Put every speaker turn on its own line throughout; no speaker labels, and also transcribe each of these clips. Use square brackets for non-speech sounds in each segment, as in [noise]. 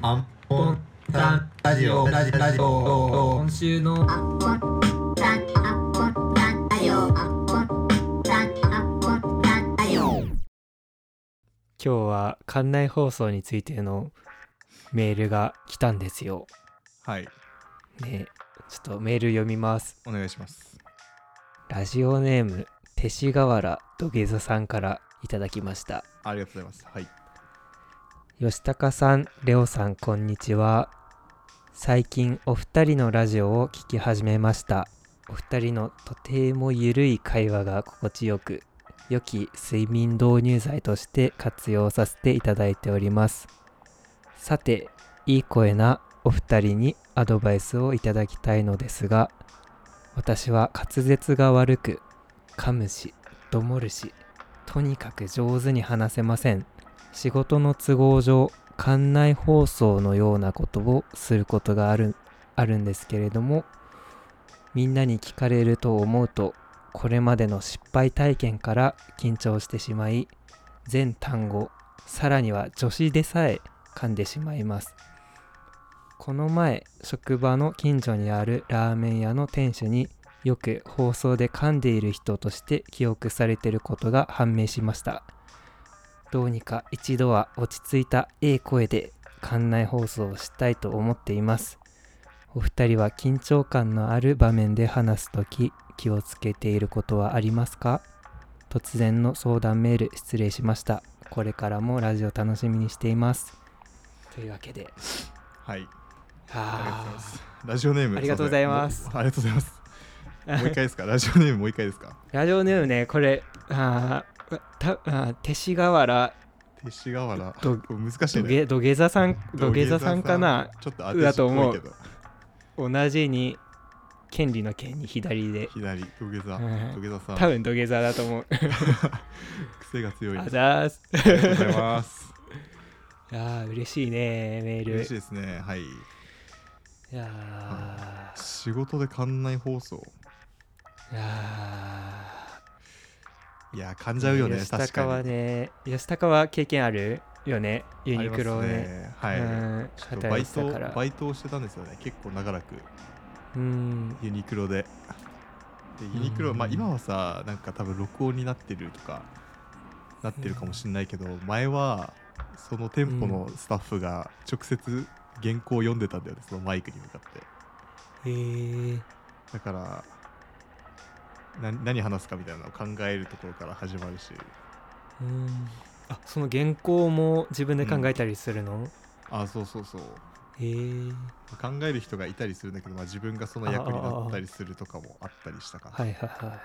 アンポンタンラジオラジオラジオ今週の
アッコンタンアッコンタンだよアッコンタンアッコンタンだよ
今日は館内放送についてのメールが来たんですよ。
はい、
ねちょっとメール読みます。
お願いします。
ラジオネーム勅使河原土下座さんからいただきました。
ありがとうございます。はい。
吉高さん、レオさん、こんにちは。最近お二人のラジオを聞き始めました。お二人のとてもゆるい会話が心地よく、良き睡眠導入剤として活用させていただいております。さて、いい声なお二人にアドバイスをいただきたいのですが、私は滑舌が悪く、噛むし、どもるし、とにかく上手に話せません。仕事の都合上館内放送のようなことをすることがあるあるんですけれどもみんなに聞かれると思うとこれまでの失敗体験から緊張してしまい全単語さらには助詞でさえ噛んでしまいますこの前職場の近所にあるラーメン屋の店主によく放送で噛んでいる人として記憶されていることが判明しましたどうにか一度は落ち着いたええ声で館内放送をしたいと思っていますお二人は緊張感のある場面で話すとき気をつけていることはありますか突然の相談メール失礼しましたこれからもラジオ楽しみにしていますというわけで
はい。ありがとうござい
あ
ます。ラジオネーム。
ありがとうございます
せんもうありがとうございます。もう一回です
[laughs]
か。ラジオネームもう一回ですか。
ーラジオネームねこれあーたあー勅使河原
勅使河原。
ど
これ難しい
土
ね。
下土下座さん土下座さんかな
ちょっと当て字っぽいけど。
同じに権利の権に左で
左土下座。
うん
土下座さん。
多分土下座だと思う。
癖が強い。あ
あ
りが
ざーす。
とうございます。
いやー嬉しいねメール。
嬉しいですね。はい。
いや
仕事で館内放送。
ーいや
いや、噛ん
ー
じゃうよね。
吉
確
高
か
は
に。
ね吉高は経験あるよねユニクロを
あります
ね。
は
う
い。
ん
ちょっとバ
働
イ
いてたから
トバイトをしてたんですよね。結構長らく。
うん
ユニクロで。でユニクロ、
うん
まあ今はさ、なんか多分録音になってるとか、なってるかもしれないけど、前は、その店舗のスタッフが直接原稿を読んでたんだよね、そのマイクに向かって。
へー
だから、な何話すかみたいなのを考えるところから始まるし、
うんあその原稿も自分で考えたりするの、
あ、そうそうそう。
へー
考える人がいたりするんだけど、まあ、自分がその役になったりするとかもあったりしたか
は
ら。
いは
[laughs]
いはい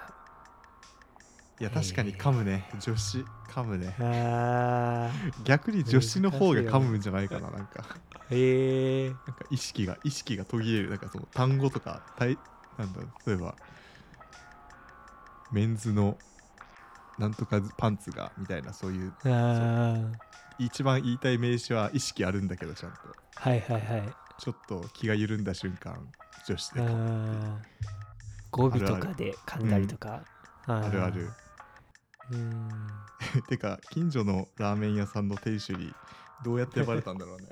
いや、確かに噛むね。女子、噛むね。
あ
逆に女子の方が噛むんじゃないかな、なんか。
ーへえ
なんか意識が意識が途切れるなんかその単語とかたいなんだろう例えばメンズのなんとかパンツがみたいなそういう
あー
一番言いたい名詞は意識あるんだけどちゃんと
はいはいはい
ちょっと気が緩んだ瞬間女子でか
あー語尾とかで噛んだりとかあ
あ
ー
るある [laughs]
うん
てか近所のラーメン屋さんの店主にどうやってバレたんだろ
[laughs]
うね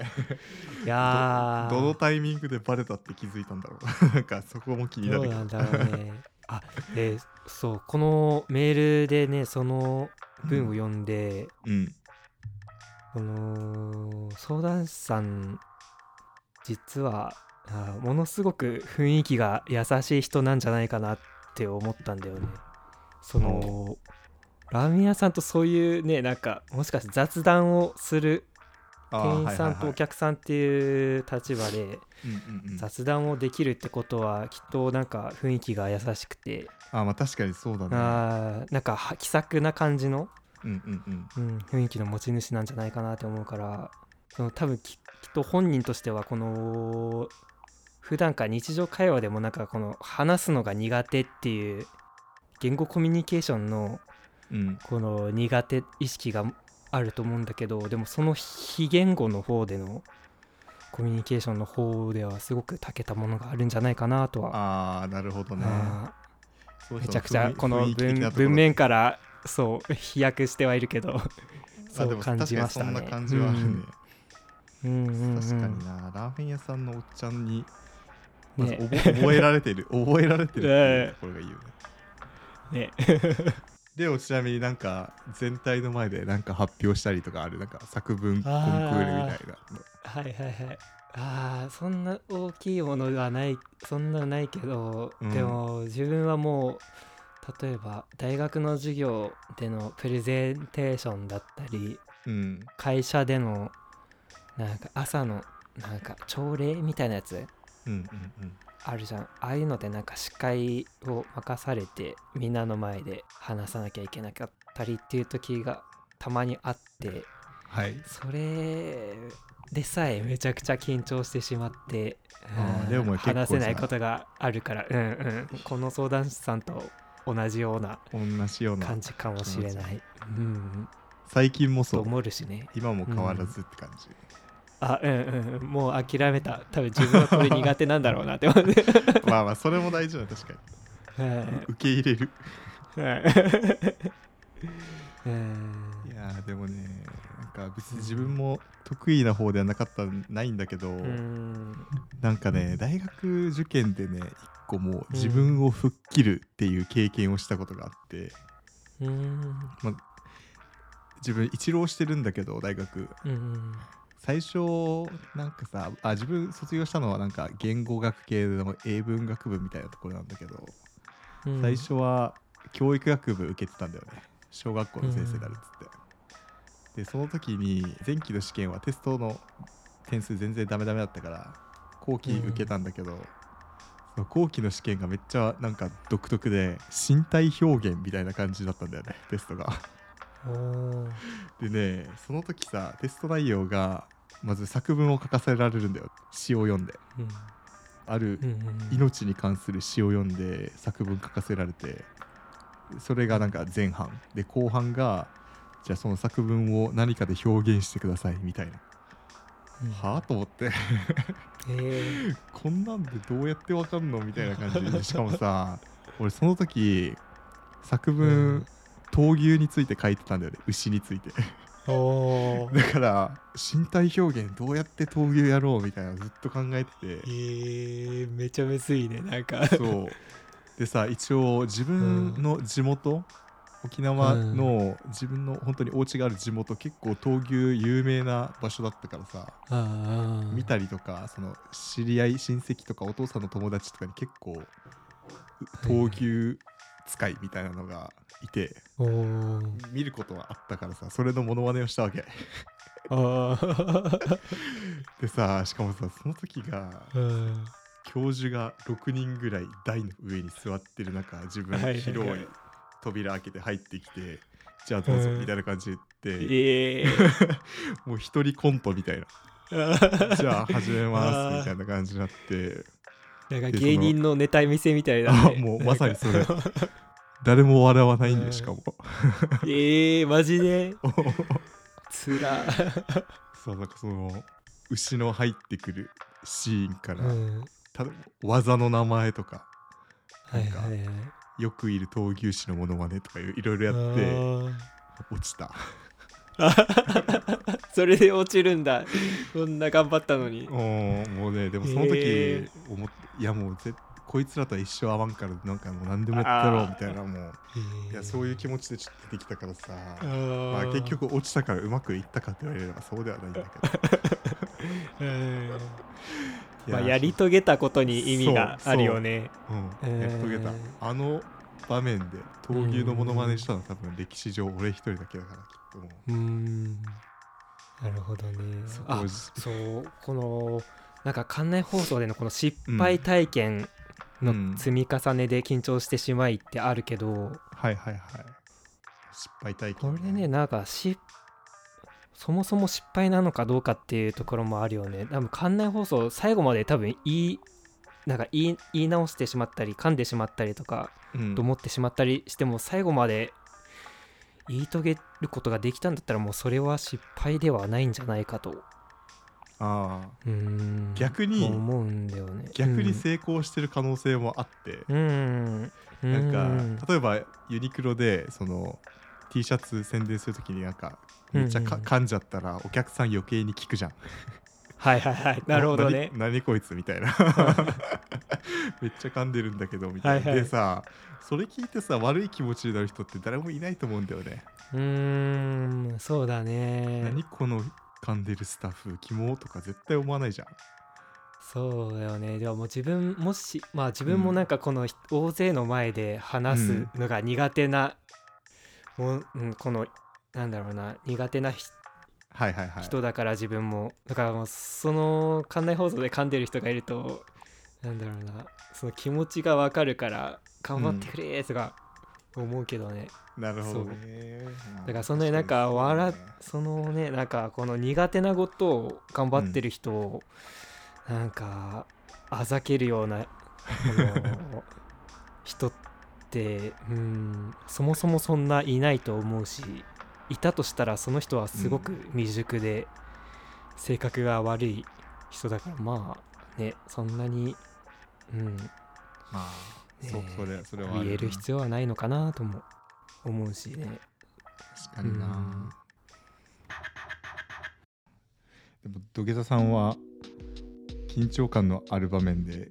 いやー
どのタイミングでバレたって気づいたんだろう [laughs] なんかそこも気にな
どう
るけ
なん
ど
だろ [laughs] うねあでそうこのメールでねその文を読んで、
うん
その相談師さん実はあーものすごく雰囲気が優しい人なんじゃないかなって思ったんだよねそのラーメン屋さんとそういうねなんかもしかして雑談をする
あー
店員さんとお客さんっていう立
は
場で
いはいはいうんうんうん
雑談をできるってことはきっとなんか雰囲気が優しくて
あーまあ確かにそうだね
あーなんかは気さくな感じの、
うんうんうん
うん、雰囲気の持ち主なんじゃないかなって思うからその多分ききっと本人としてはこの普段から日常会話でもなんかこの話すのが苦手っていう言語コミュニケーションの
うん、
この苦手意識があると思うんだけどでもその非言語の方でのコミュニケーションの方ではすごく長けたものがあるんじゃないかなとは、
ああなるほどね
あ
そう
ー
いう
め
人
ちゃ
の雰
くちゃ
囲
この
雰囲気的な
文
ところ
文面からそう飛躍してはいるけど
あ [laughs]
そ
で
う
も
感じましたね。
確かにそんな感じはあるね、
うんうんうんうん
確かになラーメン屋さんのおっちゃんにまず
ね
覚え覚えられて
[laughs]
る覚えられてるっていうところがいいよね
ね、
でおちなみになんか全体の前でなんか発表したりとかあるなんか作文コンクールみたいな
はいはいはいあーそんな大きいものがないそんなないけど、
うん
でも自分はもう例えば大学の授業でのプレゼンテーションだったり
うん
会社でのなんか朝のなんか朝礼みたいなやつ
うんうんうん
あるじゃんああいうのでなんか司会を任されてみんなの前で話さなきゃいけなかったりっていう時がたまにあって
はい
それでさえめちゃくちゃ緊張してしまって、
あー
うん
でも結構
話せない
さ
ことがあるから、うんうん、この相談師さんと同じような
同じような
感じかもしれない。うんうん、
最近もそ
と
う
思るしね。
今も変わらずって感じ、
あうんうんうんもう諦めた多分自分はこれ苦手なんだろうなって
[laughs]
思って。
まあまあそれも大事な確かに
うん
受け入れる
うん
いやーでもねなんか別に自分も得意な方ではなかったないんだけど、
うん
なんかね大学受験でね一個もう自分を吹っ切るっていう経験をしたことがあって
うん
自分一浪してるんだけど大学
うん
最初なんかさあ自分卒業したのはなんか言語学系の英文学部みたいなところなんだけど、
うん
最初は教育学部受けてたんだよね小学校の先生になるっつって、でその時に前期の試験はテストの点数全然ダメダメだったから後期受けたんだけど、その後期の試験がめっちゃなんか独特で身体表現みたいな感じだったんだよねテス
[laughs]
トが
おー
でねその時さテスト内容がまず作文を書かせられるんだよ詩を読んで
うん
ある
うんうん
命に関する詩を読んで作文書かせられてそれがなんか前半で後半がじゃあその作文を何かで表現してくださいみたいな、
うん
はあと思って [laughs]
えー
こんなんでどうやってわかんのみたいな感じでしかもさ俺その時作
うん
文闘牛について書いてたんだよね牛について
おー
だから身体表現どうやって闘牛やろうみたいなのずっと考えてて
えーめちゃむずいねなんか
そうでさ一応自分の地元、沖縄の自分の本当にお家がある地元結構闘牛有名な場所だったからさ、
あー
見たりとかその知り合い親戚とかお父さんの友達とかに結構闘牛使いみたいなのがいて、
おー
見ることはあったからさそれのモノマネをしたわけ
あー
でさしかもさその時が
うん
教授が6人ぐらい台の上に座ってる中自分
はいはいはい
広い扉開けて入ってきてじゃあどうぞ
うん
みたいな感じで言って、
えー
もう一人コントみたいなじゃあ始めますみたいな感じになって
[laughs] なんか芸人のネタ見せみたいな
あ
ね
もうまさにそ
な [laughs]
れ
んか
誰も笑わないん
うん
でしかも
えーマジでつら
[laughs] そうなんかその牛の入ってくるシーンから、
うん
ただ技の名前とか
はいはいはい
よくいる闘牛士のモノマネとかいろいろやって
あー
落ちた
それで落ちるんだこんな頑張ったのに
うんもうねでもその時
へ
思っいやもうぜこいつらとは一生合わんからなんかもう何でもやったろうみたいなもういやそういう気持ちでちょっとできたからさま
ま
あ、結局落ちたからうまくいったかって言われればそうではないんだけどい
[laughs] まあ、やり、遂げたことに意味があるよね。
うん、やり遂げた
えー
あの場面で闘牛のモノマネしたのは多分歴史上俺一人だけだからきっともう
うーんなるほどね。
そこ
あ
を
そうこのなんか館内放送でのこの失敗体験の積み重ねで緊張してしまいってあるけど、
はいはいはい失敗体
こ
験
れねなんかしそもそも失敗なのかどうかっていうところもあるよね。多分館内放送最後まで多分言いなんか言い言い直してしまったり噛んでしまったりとか
うん
と思ってしまったりしても最後まで言い遂げることができたんだったらもうそれは失敗ではないんじゃないかと
ああ
うーん
逆に
思うんだよね
逆に成功してる可能性もあって、
うんう
なん
ん
か例えばユニクロでその T シャツ宣伝するときになんかめっちゃか、
うんうん
噛んじゃったらお客さん余計に聞くじゃん
はいはいはいなるほどね
お何何こいつみたい
[laughs]
なめっちゃ噛んでるんだけどみたいな、
はいはい
でさそれ聞いてさ悪い気持ちになる人って誰もいないと思うんだよね、
うーんそうだね
何この噛んでるスタッフキモとか絶対思わないじゃん
そうだよねでももう自分もしまあ自分もなんかこのひ大勢の前で話すのが苦手な、もううん、このなんだろうな苦手なひ
はいはいはい
人だから自分も、だからもうその館内放送で噛んでる人がいるとなんだろうなその気持ちがわかるから頑張ってくれーとか思うけどね、
なるほどね
だからそんなになんか笑そのねなんかこの苦手なことを頑張ってる人を、なんかあざけるようなあの
[laughs]
人ってうんそもそもそんないないと思うしいたとしたらその人はすごく未熟で、性格が悪い人だからまあねそんなに、うん
まあそう
ね
それそれはあ
言える
な
必要はないのかなとも思うしね。
確かにな、
うん
でも土下座さんは緊張感のある場面で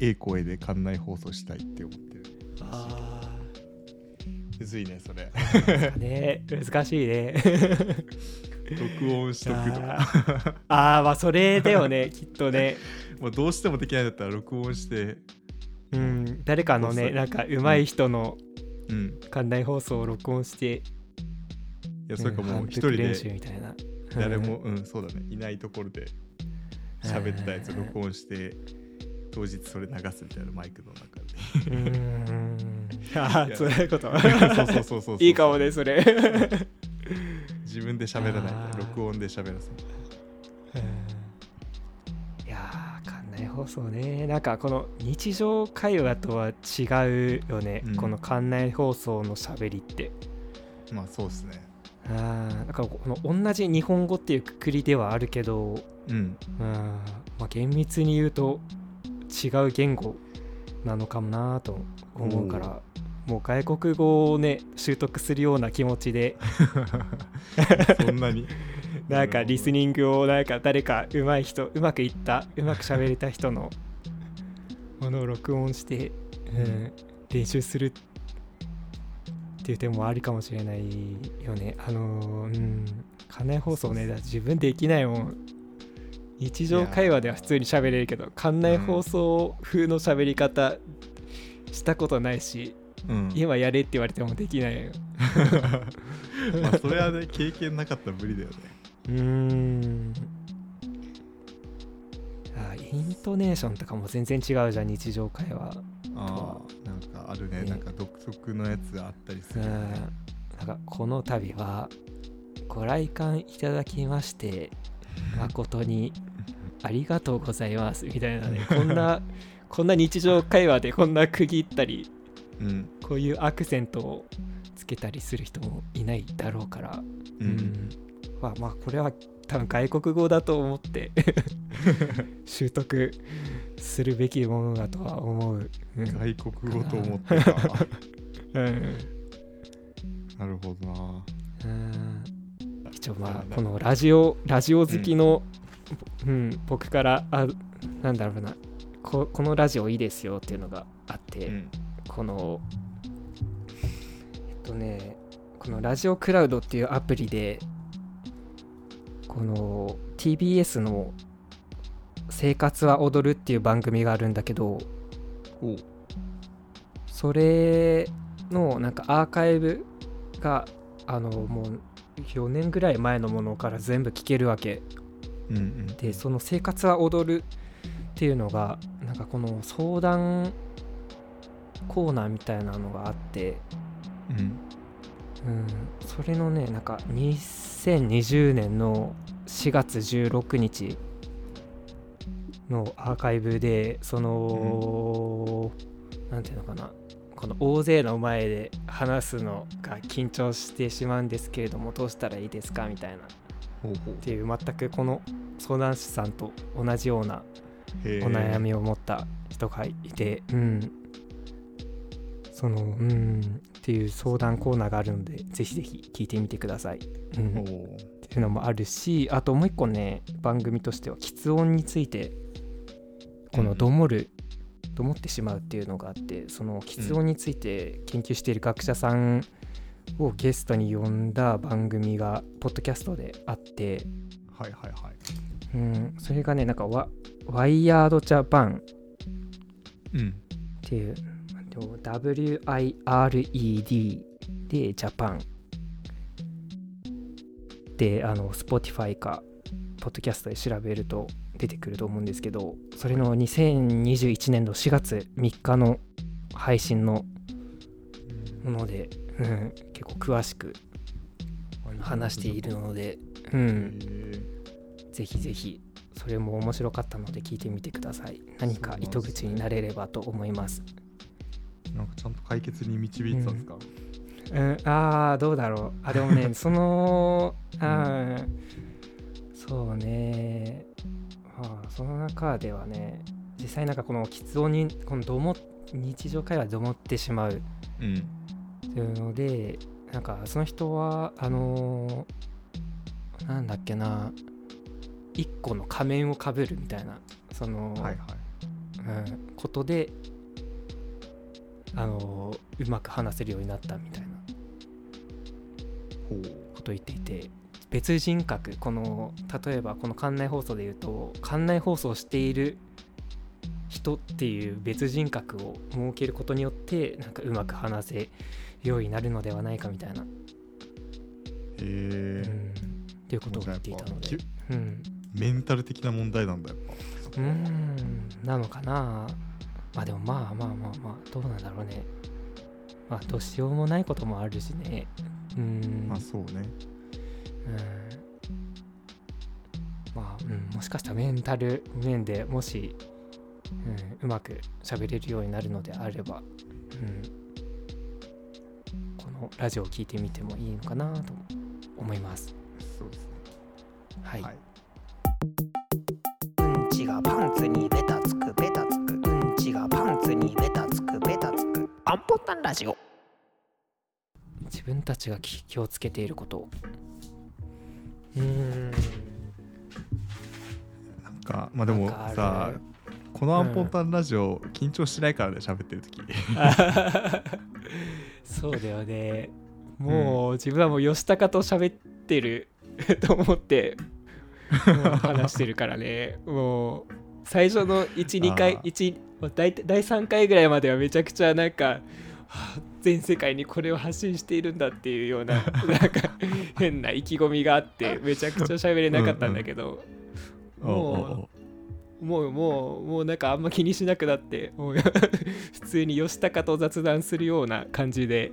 ええ声で館内放送したいって思ってる
あ
むずいねそれ [laughs]
ね難しい [laughs] ね。
録音しとくとか
あー [laughs] あーまあそれだよ [laughs] ねきっとね
もうどうしてもできないんだったら録音して
うん誰かの
そう
ね
そう
なんか上手い人の
うん
館内放送を録音して
いやそれか
ん
もう
反
一
復
人
練習
で
みたいな
誰もうんそうだねいないところで喋ったやつ録音して当日それ流すみたいなマイクの中で
うんうんうん
い
あ [laughs] あ
や
そういうこ
[laughs]
と
そ
[laughs]
うそうそうそうそう
い [laughs] いかもねそれ
自分で喋ら
あ
ない
ー
で録音で喋らせる
いやー館内放送ねなんかこの日常会話とは違うよね、
うん
この館内放送の喋りって
まあそうですね
あーなんかこの同じ日本語っていうくくりではあるけど [laughs]
うん
うんまあ、厳密に言うと違う言語なのかもなと思うからもう外国語をね習得するような気持ちで
そんなに
なんかリスニングをなんか誰か上手い人うまくいったうまく喋れた人 [laughs] のものを録音して、うん、練習するっていう点もありかもしれないよねあのーうん館内放送ねだって自分できないもん日常会話では普通に喋れるけど館内放送風の喋り方したことないし、
うん [laughs]
今やれって言われてもできないよ
まあそれはね経験なかったら無理だよね
うーんあイントネーションとかも全然違うじゃん日常会話
ああなんかあるね
ね
なんか独特のやつがあったりす
う
る
ん
よね、
なんかこの度はご来館いただきまして誠にありがとうございますみたいなねこんなこんな日常会話でこんな区切ったり
うん
こういうアクセントをつけたりする人もいないだろうから
う
うんん、まあまあこれは多分外国語だと思って [laughs] 習得するべきものだとは思う、うん
外国語と思ってた
うん
[laughs] なるほどな
うん一応まあこのラジオラジオ好きの、うん僕からあなんだろうなここのラジオいいですよっていうのがあって、
うん
このえっとねこのラジオクラウドっていうアプリでこの TBS の「生活は踊る」っていう番組があるんだけど
お
それのなんかアーカイブがあのもう4年ぐらい前のものから全部聞けるわけ
うんうん
でその「生活は踊る」っていうのがなんかこの相談コーナーみたいなのがあって
うん
うん、それのねなんか2020年の4月16日のアーカイブでその、なんていうのかなこの大勢の前で話すのが緊張してしまうんですけれどもどうしたらいいですかみたいなっ
ほうほう
ていう全くこの相談師さんと同じような
へー
お悩みを持った人がいて、うん、そのうんっていう相談コーナーがあるのでぜひぜひ聞いてみてください。うん、
お
で
ー
っていうのもあるしあともう一個ね番組としては喫音についてこ
う
の
ん
どもる、どもってしまうっていうのがあってその喫音について研究している学者さんをゲストに呼んだ番組がポッドキャストであって、
はいはいはい。
うん、それがねなんかワワイヤードジャパン
うん。
っていうでも WIRED でジャパンであの Spotify かポッドキャストで調べると出てくると思うんですけどそれの2021年度4月3日の配信のもので、うん、結構詳しく話しているので、う
へ
ん、
ー
ぜひぜひそれも面白かったので聞いてみてください何か糸口になれればと思います
なんかちゃんと解決に導いてたんですか、
うん、ああどうだろうあでもね
[laughs]
そのあーそうねまあその中ではね実際なんかこの喫音にこのども日常会話でどもってしまう
うん。
というのでなんかその人はあのーなんだっけな一個の仮面をかぶるみたいなその、
はいはい。
うん、ことであのーうまく話せるようになったみたいな
ほう。
ことを言っていて別人格この例えばこの館内放送で言うと館内放送している人っていう別人格を設けることによってなんかうまく話せるようになるのではないかみたい
へ
な、うん、っ
え。
ていうことを言っていた
も
ので
うじゃあやっぱ、
うん、
メンタル的な問題なんだやっぱ。
うーんなのかなまあでもまあまあまあまあどうなんだろうねまあどうしようもないこともあるしねうーん
まあそうね。
うんまあ、うん、もしかしたらメンタル面でもし、うん、うまく喋れるようになるのであれば、うん、このラジオを聞いてみてもいいのかなと思います。
そうですね。
はい、
はい
うんちがパンツにベタつくベタつくうんちがパンツにベタつくベタつくアンポタンラジオ自分たちが気気をつけていることうーん
なんかまあでも
なんかある
さこのアンポンタンラジオ、緊張しないからね喋ってる
[laughs]
時
そうだよねもう、自分はもう吉高と喋ってる [laughs] と思ってもう話してるからねもう最初の12回
あー
1大体第3回ぐらいまではめちゃくちゃなんかはあ全世界にこれを発信しているんだっていうようななんか
[laughs]
変な意気込みがあってめちゃくちゃ喋れなかったんだけどもう
おうおう
もうもうもうなんかあんま気にしなくなってもう普通に吉高と雑談するような感じ
[laughs]
で、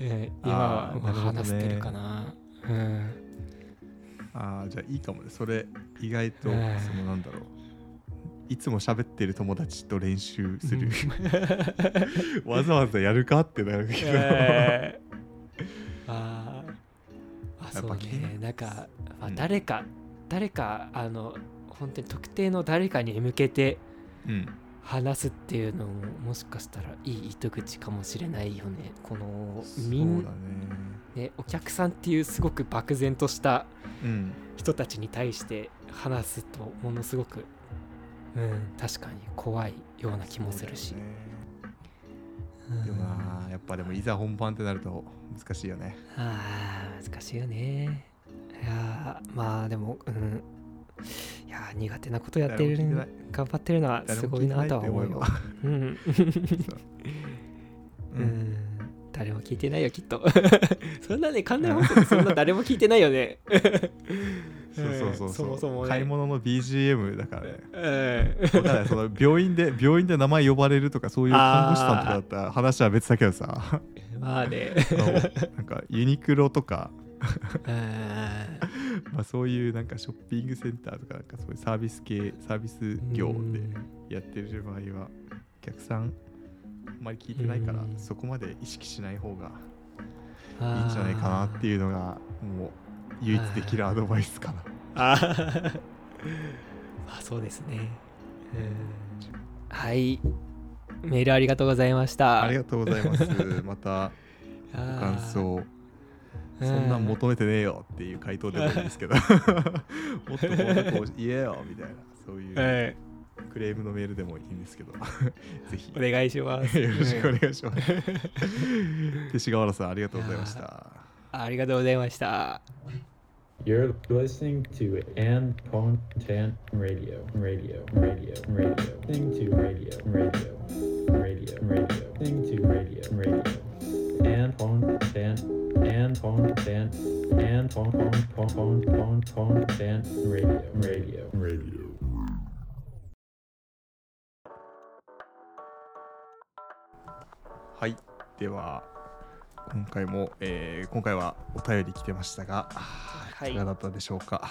えー今は
あー
ま
な
あ
るほどね
話してるかな。うん
おうああじゃあいいかもねそれ意外とそ
うん
のなんだろういつも喋ってる友達と練習する、 [laughs] わざわざやるかってなるけど、
えー [laughs] あーあ
やっ
そう
ぱ気にな
ね
る
なんか、まあ
うん
誰か、誰かあの本当に特定の誰かに向けて
うん
話すっていうのももしかしたらいい糸口かもしれないよねこのみ
そうんだね
ねお客さんっていうすごく漠然とした
うん
人たちに対して話すとものすごく、うん、確かに怖いような気もするし
そうだ。よね
うん
でもなやっぱでもいざ本番ってなると難しいよね
あー難しいよね。いやーまあでも、うん、いやー苦手なことやってる
誰も聞いてない
頑張ってるのはす
誰も
ご
聞
い
いてな
ないとは
って
思
思
う
えば
よ。うん、
う
うんん誰も聞いてないよきっと。そんなね関連放送でそんな誰も聞いてないよね。
そうそうそう
そもそもね
買い物の BGM だからね
うん
だからその病院で病院で名前呼ばれるとかそういう看護師さんとかだったら
[laughs]
話は別だけどさ
まあね。
あのなんかユニクロとか、
うん
まあ、そういうなんかショッピングセンターとかなんかそういうサービス系サービス業でやってる場合はお客さんあんまり聞いてないから
うん
そこまで意識しない方が
い
いいんじゃないかなって
う
いうのがもう唯一できるアドバイスかな。
あーまあそうですねうんはいメールありがとうございました
ありがとうございます。また
あー
感想そんなん求めてねえよっていう回答でもいいんですけどもっとこんなこと言えよみたいなそういううんクレームのメールでもいいんですけどぜひ
お願いします。
よろしくお
うん
願いします勅使河原さんありがとうございました
ありがとうございました。
You're listening to An Content Radio. Radio. Radio. Radio. Thing to radio. Radio. Radio. Radio. Thing to radio. Radio. And content. And content. And con con con con con content radio. Radio. Radio.
はいでは今回も、えー今回はお便り来てましたが、
い
いかがだったでしょうか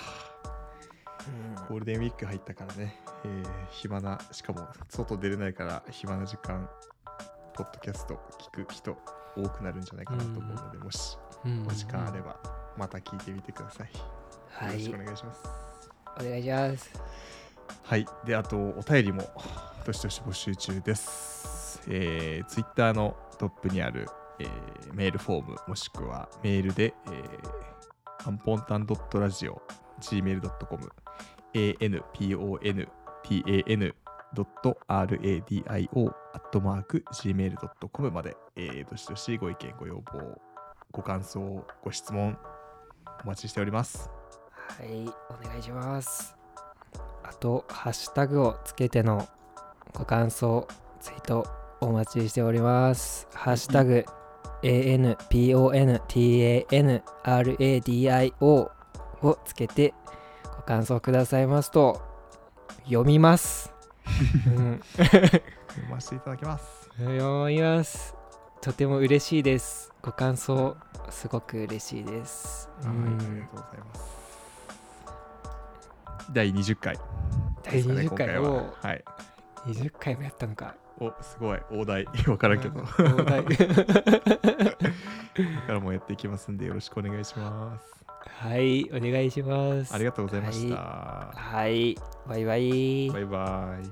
ゴールデンウィーク入ったからね、えー暇なしかも外出れないから暇な時間ポッドキャスト聞く人多くなるんじゃないかなと思うので、もし
うん
お時間あればまた聞いてみてください、
は
よろし
い
くお、願いします
お願いします。
はい。で、あと、お便りも、どしどし募集中です。えー、Twitter のトップにある、えーメールフォーム、もしくはメールで、えー、アンポンタンドットラジオ、gmail.com、anpontan ドット radio アットマーク gmail.com まで、えー、どしどしご意見、ご要望、ご感想、ご質問、お待ちしております。
はい、お願いします。あと、ハッシュタグをつけてのご感想、ツイートお待ちしております。ハッシュタグ、ANPONTANRADIO をつけてご感想くださいますと、読みます。うん、
読ませていただきます。
読みます。とても嬉しいです。ご感想、すごく嬉しいです。う
はい、あり
ん
がとうございます。第20回で
第
すかね、
20
今回
回を
は。はい。
20回もやったのか。
お、すごい、大台。 [laughs] わからんけど。こ
うん [laughs] 大
れ
台
からもやっていきますんで、よろしくお願いします。
はい、お願いします。
ありがとうございました。
はい、バイバイ。
バイバイ。